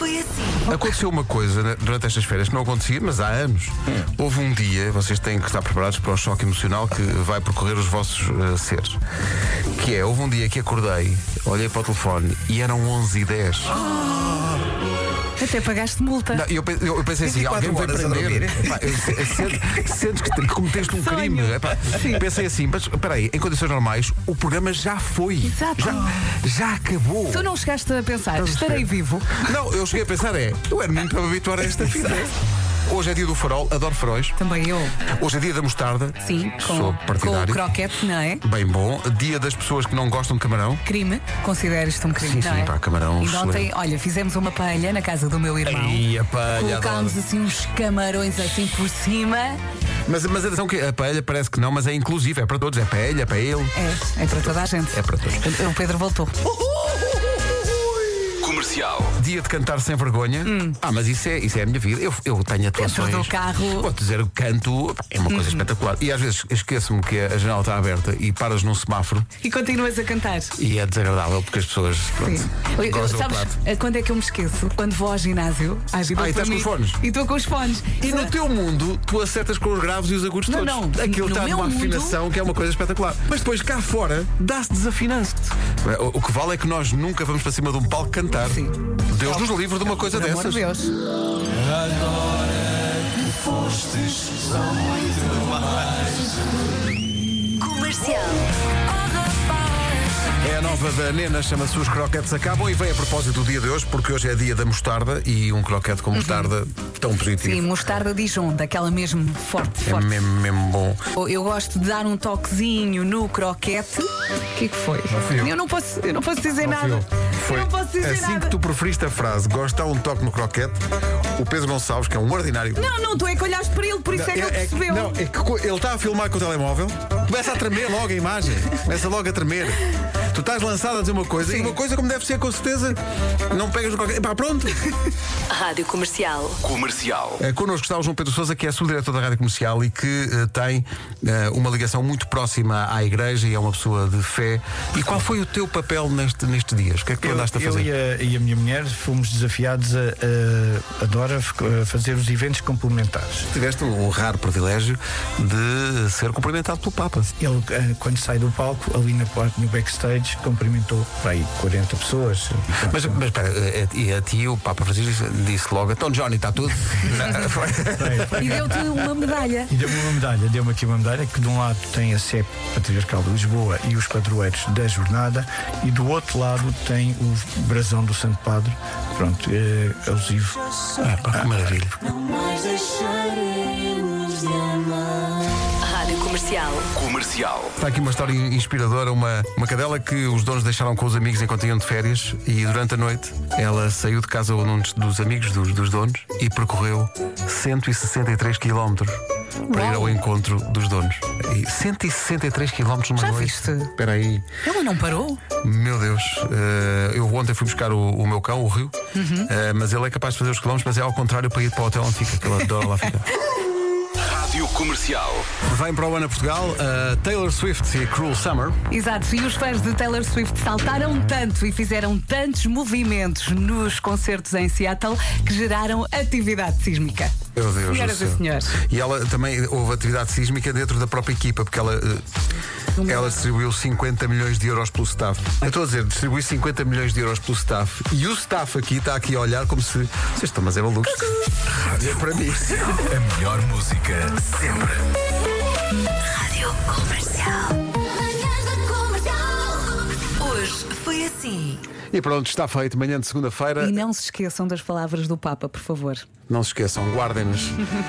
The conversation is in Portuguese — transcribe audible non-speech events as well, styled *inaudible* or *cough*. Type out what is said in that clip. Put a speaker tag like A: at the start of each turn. A: assim.
B: Aconteceu uma coisa né, durante estas férias que não acontecia, mas há anos.
C: Hum.
B: Houve um dia, vocês têm que estar preparados para o choque emocional que vai percorrer os vossos eh, seres. Que é, houve um dia que acordei, olhei para o telefone e eram 11 e 10
C: Ah.
D: Até pagaste multa.
B: Não, eu, pe- eu- eu pensei assim,
C: 24
B: alguém vai
C: horas a
B: prender.
C: dormir.
B: Epá, eu se- sente-
C: *laughs*
B: Sentes que, te- que cometeste um
D: Sonho.
B: crime. Epá, pensei assim, mas espera aí, em condições normais, o programa já foi.
D: Exato.
B: Já, já acabou.
D: Tu não chegaste a pensar,
B: Vamos
D: estarei
B: ver.
D: vivo.
B: Não, eu cheguei a pensar, é, eu era menino para me habituar a esta vida. Hoje é dia do farol, adoro faróis.
D: Também eu.
B: Hoje é dia da mostarda.
D: Sim,
B: sou
D: com, com o
B: partidário.
D: croquete, não é?
B: Bem bom. Dia das pessoas que não gostam de camarão.
D: Crime, considero isto um crime,
B: Sim,
D: não
B: sim,
D: é?
B: pá, camarão,
D: E ontem,
B: excelente.
D: olha, fizemos uma paella na casa do meu irmão.
B: a palha.
D: Colocámos assim uns camarões assim por cima.
B: Mas, mas atenção que a paella parece que não, mas é inclusiva, é para todos, é para ele, é para ele.
D: É, é para toda a gente.
B: É para todos.
D: O Pedro voltou.
E: Comercial.
B: Dia de cantar sem vergonha. Ah, mas isso é, isso é a minha vida. Eu, eu tenho atuações.
D: Hum. do carro. Hum.
B: Vou dizer, eu canto. É uma coisa espetacular. E às vezes esqueço-me que a janela está aberta e paras num semáforo
D: E continuas a cantar.
B: e é desagradável porque as pessoas. Pronto,
D: Sim. Eu- eu-
B: gozam o
D: sabes
B: prato.
D: eh, quando é que eu me esqueço? Quando vou ao ginásio, à ginásio
B: Ah, e estás com os fones?
D: E estou com os fones.
B: E no teu mundo, tu acertas com os graves e os agudos
D: Não,
B: todos.
D: não.
B: Aquilo
D: No
B: está
D: meu
B: numa
D: mundo-
B: afinação que é uma coisa espetacular. Mas depois, cá fora, dá-se desafinante. O, o que vale é que nós nunca vamos para cima de um palco cantar.
D: Sim.
B: Deus nos livre de uma coisa
D: Por amor
B: dessas.
D: de Deus.
B: É a nova da Nena, chama-se Os Croquetes Acabam e vem a propósito do dia de hoje, porque hoje é dia da mostarda e um croquete com mostarda tão
D: Uhum. Sim,
B: positivo.
D: mostarda Dijon, daquela mesmo forte,
B: é
D: forte.
B: mesmo, mesmo bom.
D: Eu gosto de dar um toquezinho no croquete. O que é que foi?
B: Não fui eu.
D: não posso, eu não posso dizer
B: Fui
D: nada.
B: eu. Foi
D: Eu não posso dizer
B: assim
D: nada.
B: que tu preferiste a frase, gosta um toque no croquete, o Pedro Gonçalves, que é um ordinário.
D: Não, não, tu é que olhaste para ele, por isso é que ele percebeu.
B: não, é que co- ele está a filmar com o telemóvel, começa a tremer logo a imagem, começa logo a tremer. Tu estás lançado a dizer uma coisa e uma coisa como deve ser, com certeza, não pegas no croquete. Pá, pronto!
A: Rádio Comercial.
E: Comercial.
B: Eh, Connosco está o João Pedro Sousa, que é subdiretor da Rádio Comercial e que eh, tem eh, uma ligação muito próxima à Igreja e é uma pessoa de fé. E qual foi o teu papel neste, neste dias? O que é que tu
F: Eu,
B: andaste a
F: eu
B: fazer?
F: e, a, e a minha mulher fomos desafiados a, a- a Dora a fazer os eventos complementares.
B: Tiveste o raro privilégio de ser cumprimentado pelo Papa.
F: Ele, eh, quando sai do palco, ali na parte, no backstage, cumprimentou para aí 40 pessoas.
B: Mas, mas espera, eh, eh, e a ti o Papa Francisco disse- disse logo: então, Johnny, está *laughs* tudo? Não, foi- é-
D: E deu-te uma medalha.
F: E deu-me uma medalha, deu-me aqui uma medalha que de um lado tem a CEP Patriarcal de Lisboa e os padroeiros da jornada e do outro lado tem o brasão do Santo Padre, pronto, eh, alusivo.
B: Ah, pá, que maravilha.
A: Rádio Comercial.
E: Comercial.
B: Está aqui uma história inspiradora, uma, uma cadela que os donos deixaram com os amigos enquanto iam de férias e durante a noite ela saiu de casa ou num dos- dos amigos dos, dos donos e percorreu 163 quilómetros para ir ao encontro dos donos. E 163 quilómetros numa
D: Já
B: noite.
D: viste?
B: Espera aí.
D: Ela não parou.
B: Meu Deus, eh, eu ontem fui buscar o, o meu cão, o Rio, eh, mas ele é capaz de fazer os quilómetros, mas é ao contrário para ir para o hotel onde fica, que ele adora lá ficar.
E: Rádio Comercial.
B: *laughs* Vem para o Ana Portugal, eh, Taylor Swift e Cruel Summer.
D: Exato, e os fãs de Taylor Swift saltaram tanto e fizeram tantos movimentos nos concertos em Seattle que geraram atividade sísmica.
B: Meu Deus
D: Senhoras
B: do
D: e
B: céu.
D: senhores.
B: E ela também houve atividade sísmica dentro da própria equipa, porque ela, eh,
D: Uma-
B: ela distribuiu 50 milhões de euros pelo staff. Eu estou a dizer, distribui 50 milhões de euros pelo staff. E o staff aqui está aqui a olhar como se. Vocês estão, mas é maluco. Rádio para mim. *laughs*
E: A melhor música sempre.
A: Rádio Comercial. Manhãs da Comercial. Hoje foi assim.
B: E pronto, está feito. Manhã de segunda-feira.
D: E não se esqueçam das palavras do Papa, por favor.
B: Não se esqueçam, guardem-nos